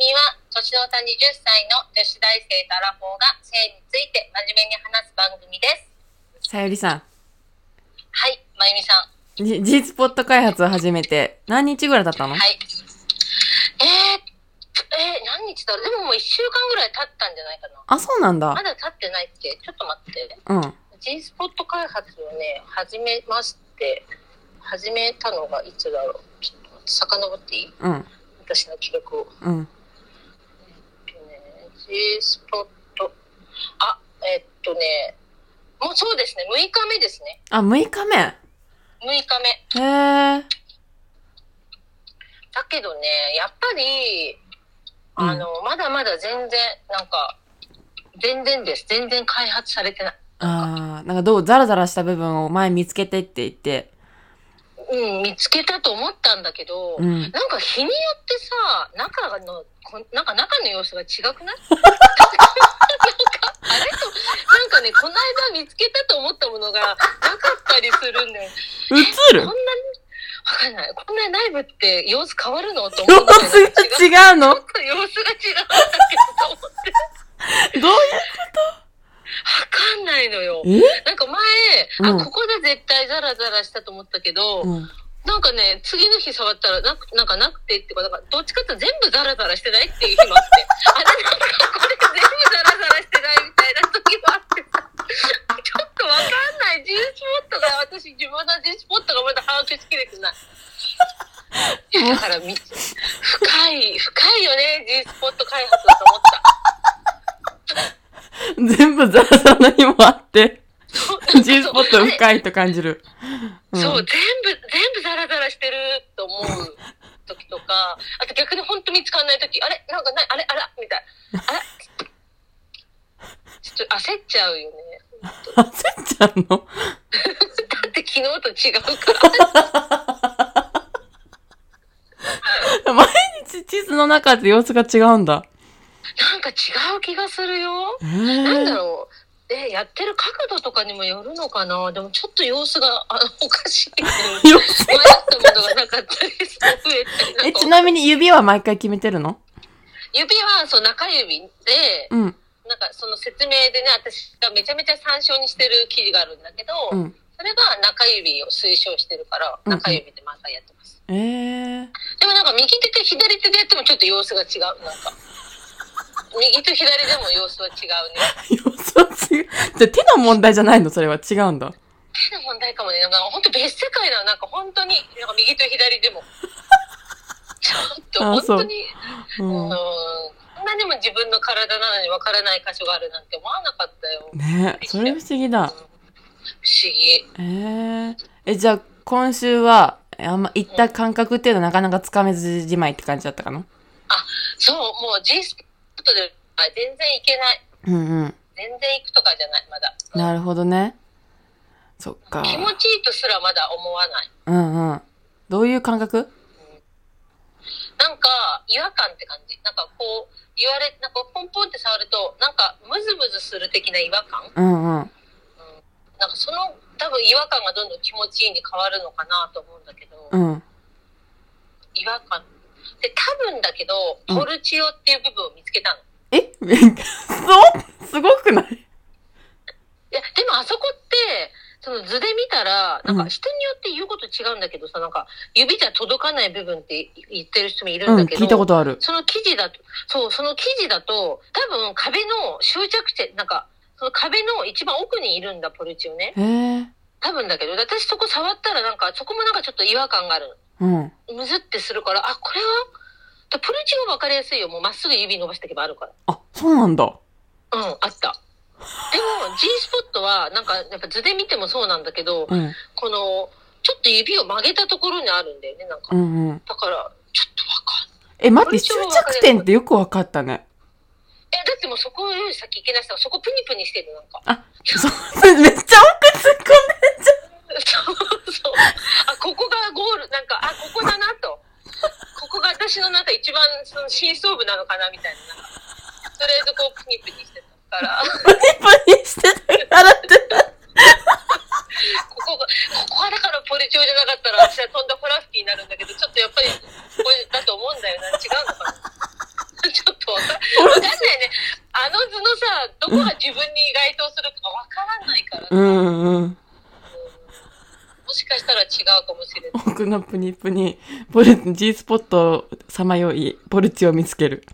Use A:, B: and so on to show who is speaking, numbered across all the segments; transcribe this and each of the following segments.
A: 年の差20歳の女子大生とアラフォーが性について真面目に話す番組です。
B: さゆりさ
A: はい、まゆみさん。
B: ん、じ G スポット開発を始めて何日ぐらい経ったの、
A: はい。えー、えー何日だろうでももう1週間ぐらい経ったんじゃないかな。
B: あ、そうなんだ
A: ま。だ経ってないっけちょっと待って。
B: うん。
A: G スポット開発をね、始めまして、始めたのがいつだろうちょっと待って、遡っていい
B: うん。
A: 私の記録を。
B: うん。
A: えっとね G スポット。あ、えっとね、もうそうですね、6日目ですね。
B: あ、6日目。へ
A: 6日目。
B: え。
A: だけどね、やっぱり、
B: うん
A: あの、まだまだ全然、なんか、全然です。全然開発されてない。
B: あー、なんかどう、ザラザラした部分を前見つけてって言って。
A: うん、見つけたと思ったんだけど、
B: うん。
A: なんか日によってさ、中の、こんなんか中の様子が違くない なんか、あれと、なんかね、この間見つけたと思ったものがなかったりするんだよ。
B: 映
A: こんな
B: る
A: に、わかんない。こんなに内部って様子変わるのと思
B: 様
A: うぐらい
B: 子
A: なんか違う
B: が違うのど
A: ちょっと様子が違うんだけどと思って。
B: ういう
A: わかんないのよ。
B: え
A: なんか前、
B: うん
A: あ、ここで絶対ザラザラしたと思ったけど、
B: うん。
A: なんかね、次の日触ったらなく、なんかなくてっていうか、なんかどっちかっていうと全部ザラザラしてないっていう日もあって、 あれなんかこれ全部ザラザラしてないみたいな時もあってさ、ちょっとわかんない。G スポットが、私自分の G スポットがまだ把握しきれてない。だから み、深い、深いよね、G スポット開発だと思った。
B: 全部ザラザラにもあって、G スポット
A: い
B: 深いと感じる。うん
A: そう、全部、全部ザラザラしてると思う時とか、 あと逆に本当見つかんない時、あれなんかない、あれあらみたいな。あら ちょっと焦っちゃうよね。
B: 焦っちゃうの
A: だって昨日と違うから。
B: 毎日地図の中で様子が違うんだ。
A: なんか違う気がするよ。
B: へ
A: なんだ
B: え。
A: ろう。え、やってる角度とかにもよるのかなでもちょっと様子が、あおかしい。迷
B: 様子
A: ったものがなかったりする増えたり
B: え、
A: んか
B: ちなみに指は毎回決めてるの
A: 指は、そう、中指で、
B: うん。
A: なんかその説明でね私がめちゃめちゃ参照にしてる記事があるんだけど、
B: うん。
A: それが中指を推奨してるから
B: うんうん
A: 中指で毎回やってます、
B: え え。
A: でもなんか右手と左手でやってもちょっと様子が違うなんか右と左でも様子は違うね
B: 予想違う。じゃ、手の問題じゃないのそれは違うんだ。
A: 手の問題かもねなんか本当別世界なのなんか本当になんか右と左でもちょっと
B: あそう
A: 本当に
B: う
A: うん
B: ん。
A: こんなにも自分の体なのにわからない箇所があるなんて思わなかったよ、
B: ねえ、それ不思議だ。
A: 不思議
B: ええ。え、じゃあ、今週は、えあんま行った感覚っていうのはなかなかつかめずじまいって感じだったかな
A: そう、もう G スポットで、あ、全然行けない。
B: うんうん。
A: 全然行くとかじゃない、まだ。
B: なるほどね。そっか。
A: 気持ちいいとすらまだ思わない。
B: うんうん。どういう感覚
A: なんか、違和感って感じ。なんかこう、言われ、なんかポンポンって触ると、なんかムズムズする的な違和感
B: うんうん。
A: なんかその、多分違和感がどんどん気持ちいいに変わるのかなと思うんだけど、
B: うん。
A: 違和感。で、多分だけど、
B: うん
A: ポルチオっていう部分を見つけたの。
B: え そうすごくない
A: いや、でもあそこって、その図で見たら、なん
B: うん
A: か人によって言うこと違うんだけどさ、なんか指じゃ届かない部分って言ってる人もいる
B: うんん、
A: だけど、
B: 聞いたことある。
A: その記事だと、そう、その記事だと、多分壁の終着点、なんか、その壁の一番奥にいるんだ、ポルチオね。
B: へえ。
A: 多分だけど、私そこ触ったらなんか、そこもなんかちょっと違和感がある
B: うん。
A: の。むずってするから、あ、これはだポルチオ分かりやすいよ。もうまっすぐ指伸ばしとけばあるから。
B: あ、そうなんだ。
A: うん、あった。でも、G スポットは、なんか、やっぱ図で見てもそうなんだけど、
B: うん。
A: この、ちょっと指を曲げたところにあるんだよね、なんか。
B: うんうん。
A: だから、ちょっとわかんない。
B: え、待って、
A: こ
B: 終
A: れ一応
B: 着点ってよくわかったね。
A: え、だってもうそこより先行けなさ、そこプニプニしてる、なんか。
B: そう、 めっちゃ奥突っ
A: そうそう。あ、ここがゴール、なんか、あ、ここだなと。ここが私のなんか一番、その、真相部なのかな、みたいな。なんかとりあえずこう、プニプニしてたから、
B: 込んで、プニプニしてたからって。
A: ここが、ここはだからポリチョウじゃなかったら、私は飛んだフラフキーになるんだけど、ちょっとやっぱり、これだと思うんだよな。違うのかな。ちょっとわかんどこが自分に該当するかわからないからさ、
B: うんうん。
A: もしかしたら違うかもしれない。
B: 奥のプニプニ、ポル、G スポットをさまよい、ポルチを見つける。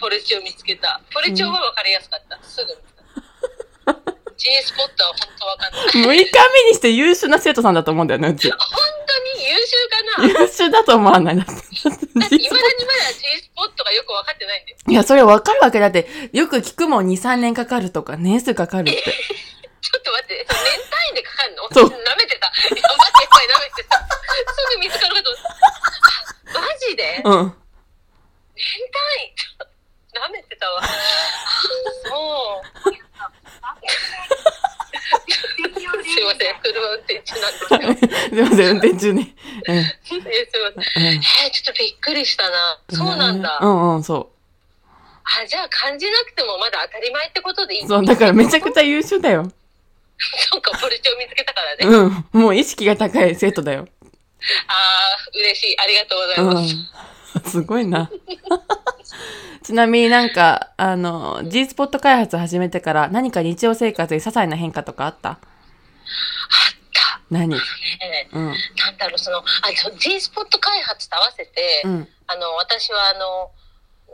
A: ポルチョを見つけた。ポルチョは分かりやすかった。すぐ見つかった。G スポットは本当わかんない。
B: 6日目にして優秀な生徒さんだと思うんだよね、うち。
A: 本当に優秀かな
B: 優秀だと思わない。だって、だって
A: だって、
B: G
A: い
B: ス
A: ま
B: ポ
A: だにまだ G スポットがよく分かってないんだよ。
B: いや、それわかるわけだって、よく聞くもん、2、3年かかるとか、年数かかるって。
A: ちょっと待って、その年単位でかかんの
B: そう
A: 舐めてた。やばい、やばい、舐めてた。すぐ見つかるかと思った。マジで
B: うん。
A: 年単位舐めてたわ。そう。すいません、車運転中なんですけど。
B: すいません、運転中に。うん。
A: えすいません
B: うん
A: えー、ちょっとびっくりしたな。そうなんだ。
B: う
A: あ、
B: んうん、そ。
A: じゃあ感じなくてもまだ当たり前ってことでいいう
B: そう、だからめちゃくちゃ優秀だよ。
A: そうか、ポルチョを見つけたからね。
B: うん。もう意識が高い生徒だよ。
A: あー、嬉しい。ありがとうございます。
B: うん。 すごいな。 ちなみになんか、あの、G スポット開発始めてから何か日常生活に些細な変化とかあった
A: あっ
B: 何うん。
A: たね。
B: うん。
A: なんだろう、その、あ、そう G スポット開発と合わせて、
B: うん。
A: あの、私はあの、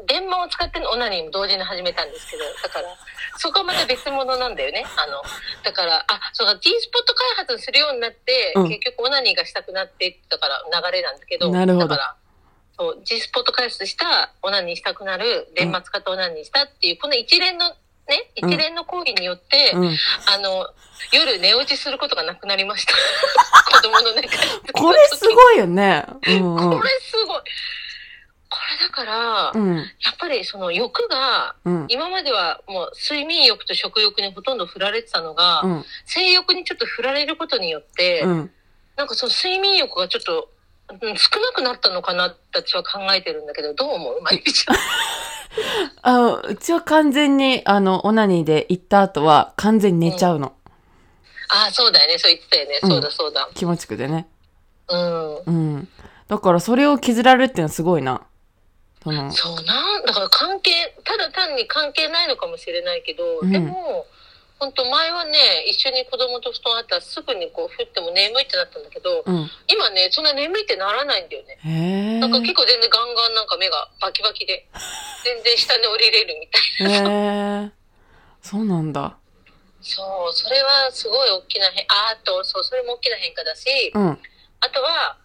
A: 電話を使ってのオナニーも同時に始めたんですけど、だから、そこはまた別物なんだよね。あの、だから、あ、そうだ、G スポット開発するようになって、
B: うん
A: 結局オナニーがしたくなって、だから流れなんだけど、
B: なるほど
A: だからそう、G スポット開発した、オナニーしたくなる、電話使ってオナニーしたっていう、この一連の、ね、
B: うん
A: 一連の行為によって、あの、夜寝落ちすることがなくなりま した。子供の中に
B: これすごいよね。うんうん
A: これすごい。これだから、
B: う
A: や
B: ん。
A: っぱりその欲が、
B: うん。
A: 今まではもう睡眠欲と食欲にほとんど振られてたのが、
B: うん。
A: 性欲にちょっと振られることによって、
B: うん。
A: なんかその睡眠欲がちょっと、うん少なくなったのかなって私は考えてるんだけど、どう思うまゆみ ちゃん。
B: あうちは完全に、あの、オナニーで行った後は、完全に寝ちゃうの。
A: ああ、そうだよね。そう言ってたよね。
B: うん
A: そうだそうだ。
B: 気持ちよくてね。
A: う
B: うん。だから、それを削られるっていうのはすごいな。その
A: ん。、そうなん、だから関係、ただ単に関係ないのかもしれないけど、
B: うん
A: でも、本当前はね、一緒に子供と布団あったらすぐにこう、ふっても眠いってなったんだけど、
B: うん。
A: 今ね、そんな眠いってならないんだよね。
B: へえ。
A: なんか結構全然ガンガンなんか目がバキバキで、全然下に降りれるみたい。
B: へえ。そうなんだ。
A: そう、それはすごい大きな変、ああと、そう、それも大きな変化だし、
B: うん。
A: あとは、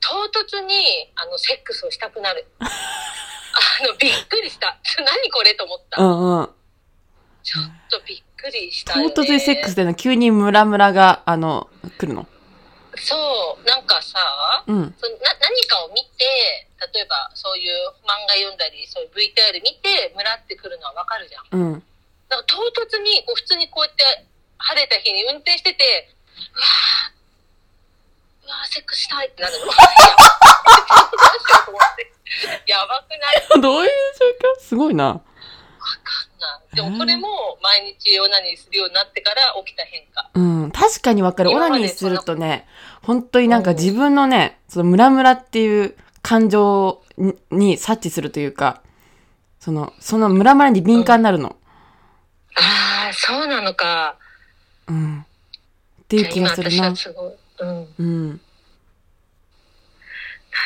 A: 唐突に、あの、セックスをしたくなる。あの、びっくりした。 何これと思った。
B: うんうん。
A: ちょっとびっくりした
B: 唐
A: よ、ね。
B: 突にセックスでの急にムラムラが、あの、来るの。
A: そう、なんかさ、
B: うん。
A: そのな何かを見て例えばそういう漫画読んだりそういう VTR 見てムラってくるのはわかるじゃん
B: うん。
A: なんか唐突にこう普通にこうやって晴れた日に運転しててうわーうわーセックスしたいってなるの いやどうしようと思ってやばくない
B: どういう状況すごいな。
A: わかんないでもこれも毎日オナニーするようになってから起きた変化
B: うん。確かにわかる。オ
A: 今
B: ナ
A: まで
B: ニーするとね、本当になんか自分のね、そのムラムラっていう感情にに察知するというか、その、そのムラムラに敏感になるの。
A: ああそうなのか
B: うん。っていう気がする
A: じゃあ今
B: な
A: 私は。すごいうん
B: うん。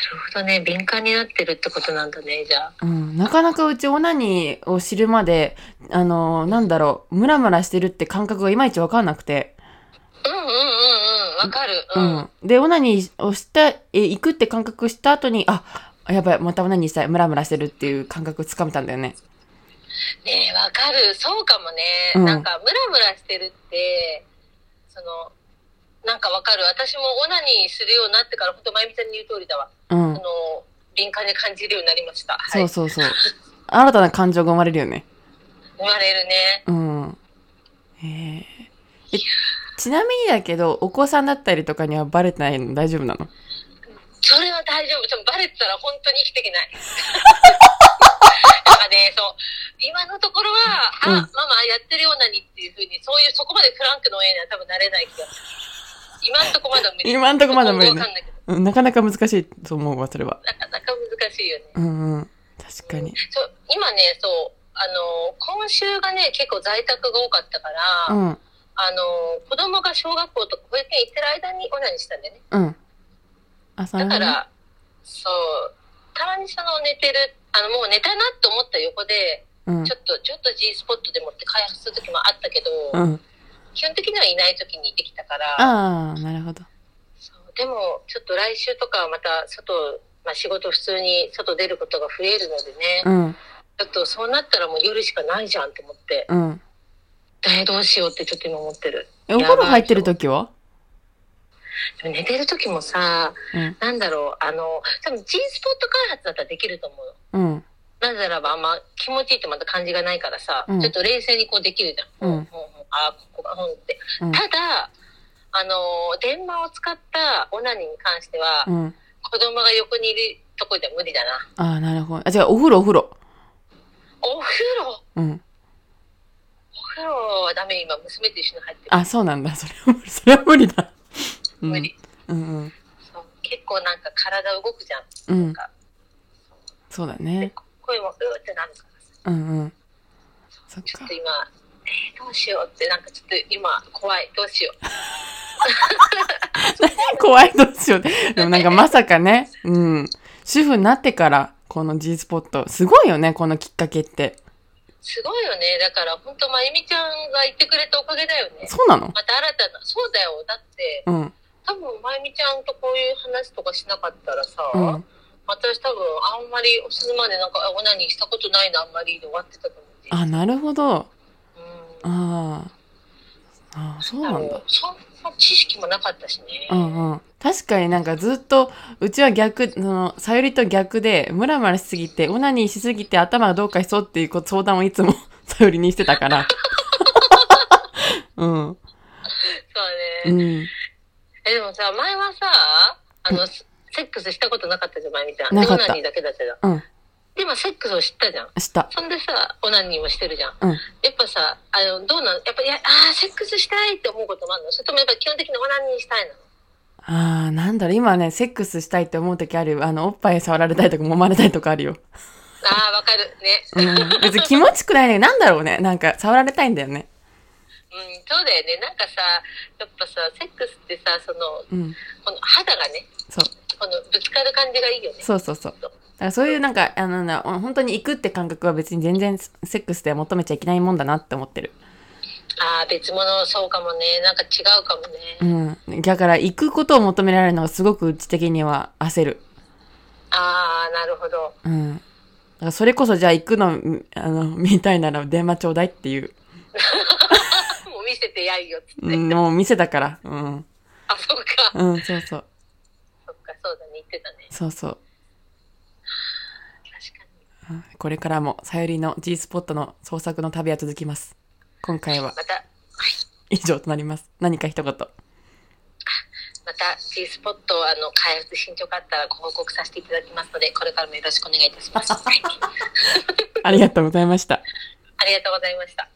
A: なるほどね。敏感になってるってことなんだね、じゃあ。
B: うん、なかなかうちオナニーを知るまで、あのーなんだろう、ムラムラしてるって感覚がいまいちわかんなくて。
A: うんうんうんうん。わかる。
B: う
A: うん。
B: ん。で、オナニーをして、え行くって感覚した後に、あ、やばい、またオナニーしたい、ムラムラしてるっていう感覚つかめたんだよね。
A: ねえ、わかる。そうかもね。
B: うん
A: なんか、ムラムラしてるって、その、なんかわかる。私もオナニーするようになってから、ほんと、まゆみちゃんに言う通りだわ。
B: う
A: あ
B: ん
A: の。、敏感に感じるようになりました。は
B: そ
A: い。
B: うそうそう。新たな感情が生まれるよね。
A: 生まれるね。
B: うん。へえ。えちなみにだけど、お子さんだったりとかにはバレてないの大丈夫なの
A: それは大丈夫。ちょっとバレてたら本当に生きていけ ない。なんかね、そう。今のところは、
B: うん
A: あ、ママやってるようなにっていうふうに、そういう、そこまでフランクの親には多分なれない気がする。今のとこまだ無理。
B: 今んとこまだ無理
A: 今後わ
B: ね
A: かんないけど。
B: うんなかなか難しいと思うわ、それは。
A: なかなか難しいよね。
B: うんうん。確かに。
A: そう、今ね、そう、あの、今週がね、結構在宅が多かったから、
B: うん、
A: あの、子供が小学校とか保育園行ってる間にオナニーしたんだよね。
B: うん。あ、それ
A: だから、そう、たまにその寝てる、あの、もう寝たなと思った横で、
B: うん
A: ちょっと、ちょっと G スポットでもって開発する時もあったけど、
B: うん。
A: 基本的にはいない時にできたから、
B: ああ、なるほど。
A: そうでも、ちょっと来週とかはまた外、まあ仕事普通に外出ることが増えるのでね、
B: うん、
A: ちょっとそうなったらもう夜しかないじゃんと思って、
B: うん。
A: えどうしようってちょっと今思ってる。
B: え、お風呂入ってる時は
A: でも寝てる時もさ、
B: うん、
A: なんだろう、あの、多分 G スポット開発だったらできると思うの。
B: うん、
A: なぜならばあんま気持ちいいってまた感じがないからさ、
B: うん
A: ちょっと冷静にこうできるじゃん。
B: うん
A: ああ、ここがうんって。
B: うん
A: ただ、あのー電話を使ったオナニーに関しては、
B: うん。
A: 子供が横にいるとこじゃ無理だな。
B: ああ、なるほど。あ、違う、お風呂、お風呂。
A: お風呂
B: うん。
A: お風呂はダメ、今娘と一緒に入ってる。
B: あ、そうなんだ。 それは無理、それは無理だ。うん
A: 無理。
B: うん、うん。
A: そう結構なんか体動くじゃん。
B: うん
A: か。
B: そうだね。
A: 声もうーってなるからさ。
B: うん、うん。そっ
A: ちょっ
B: か
A: と。今、えーどうしようって、なんかちょっと今怖い、どうしよう。
B: 怖いどうしよう。でもなんかまさかね、うん。主婦になってから、この G スポット。すごいよね、このきっかけって。
A: すごいよね。だから本当まゆみちゃんが言ってくれたおかげだよね。
B: そうなの
A: また新たな、そうだよ。だって、
B: うん、
A: 多分まゆみちゃんとこういう話とかしなかったらさ、
B: うん。
A: 私多分あんまりおすずまでなんか、あオナニーしたことないな、あんまりで終わってたと思うし。
B: あ、なるほど。
A: うん。
B: ああ。ああ、そうなんだ。
A: そんな知識もなかったしね。
B: うんうん。確かになんかずっと、うちは逆、その、さゆりと逆で、ムラムラしすぎて、オナニーしすぎて頭がどうかしそうっていうこ相談をいつも さゆりにしてたから。うん。
A: そう
B: う
A: ね。
B: ん。
A: え、でもさ、前はさ、あの、セックスしたことなかったじゃん、まゆみちゃん。
B: なかっ
A: で
B: た
A: オナニーだけだったじゃん。
B: うん。
A: で、今セックスを知ったじゃん。
B: した。
A: そんでさ、オナニーもしてるじゃん。
B: うん
A: やっぱさ、あの、どうなのやっぱ、いや、あーセックスしたいって思うこともあるのそれともやっぱ基本的にオナニーしたいなの
B: ああ、なんだろう、今ね、セックスしたいって思う時あるよ。あの、おっぱい触られたいとか、揉まれたいとかあるよ。
A: あー、わかる。ね。
B: うん。別に気持ちくないね。なんだろうね。なんか、触られたいんだよね。
A: うん、そうだよね。なんかさ、やっぱさ、セックスってさ、その、
B: うん。
A: この肌がね、
B: そう。
A: このぶつかる感じがいいよね。
B: そうそうそう。だからそういうなんか、あのな、本当に行くって感覚は別に全然セックスでは求めちゃいけないもんだなって思ってる。
A: あー、別物そうかもね。なんか違うかもね。
B: うん。だから行くことを求められるのがすごくうち的には焦る。
A: あー、なるほど。
B: うん。だからそれこそじゃあ行くの、うんあの、見たいなら電話ちょうだいっていう。
A: もう見せてやいよっつって。
B: うん、もう店だから。うん。
A: あ、そっか。
B: うん、そうそう。
A: そっか、そうだね。言ってたね。
B: そうそう。
A: 確かに。
B: うんこれからもさゆりの G スポットの創作の旅は続きます。今回は
A: また、
B: 以上となります。何か一言。
A: また G スポットをあの開発進捗があったらご報告させていただきますのでこれからもよろしくお願いいたします。はい
B: ありがとうございました。
A: ありがとうございました。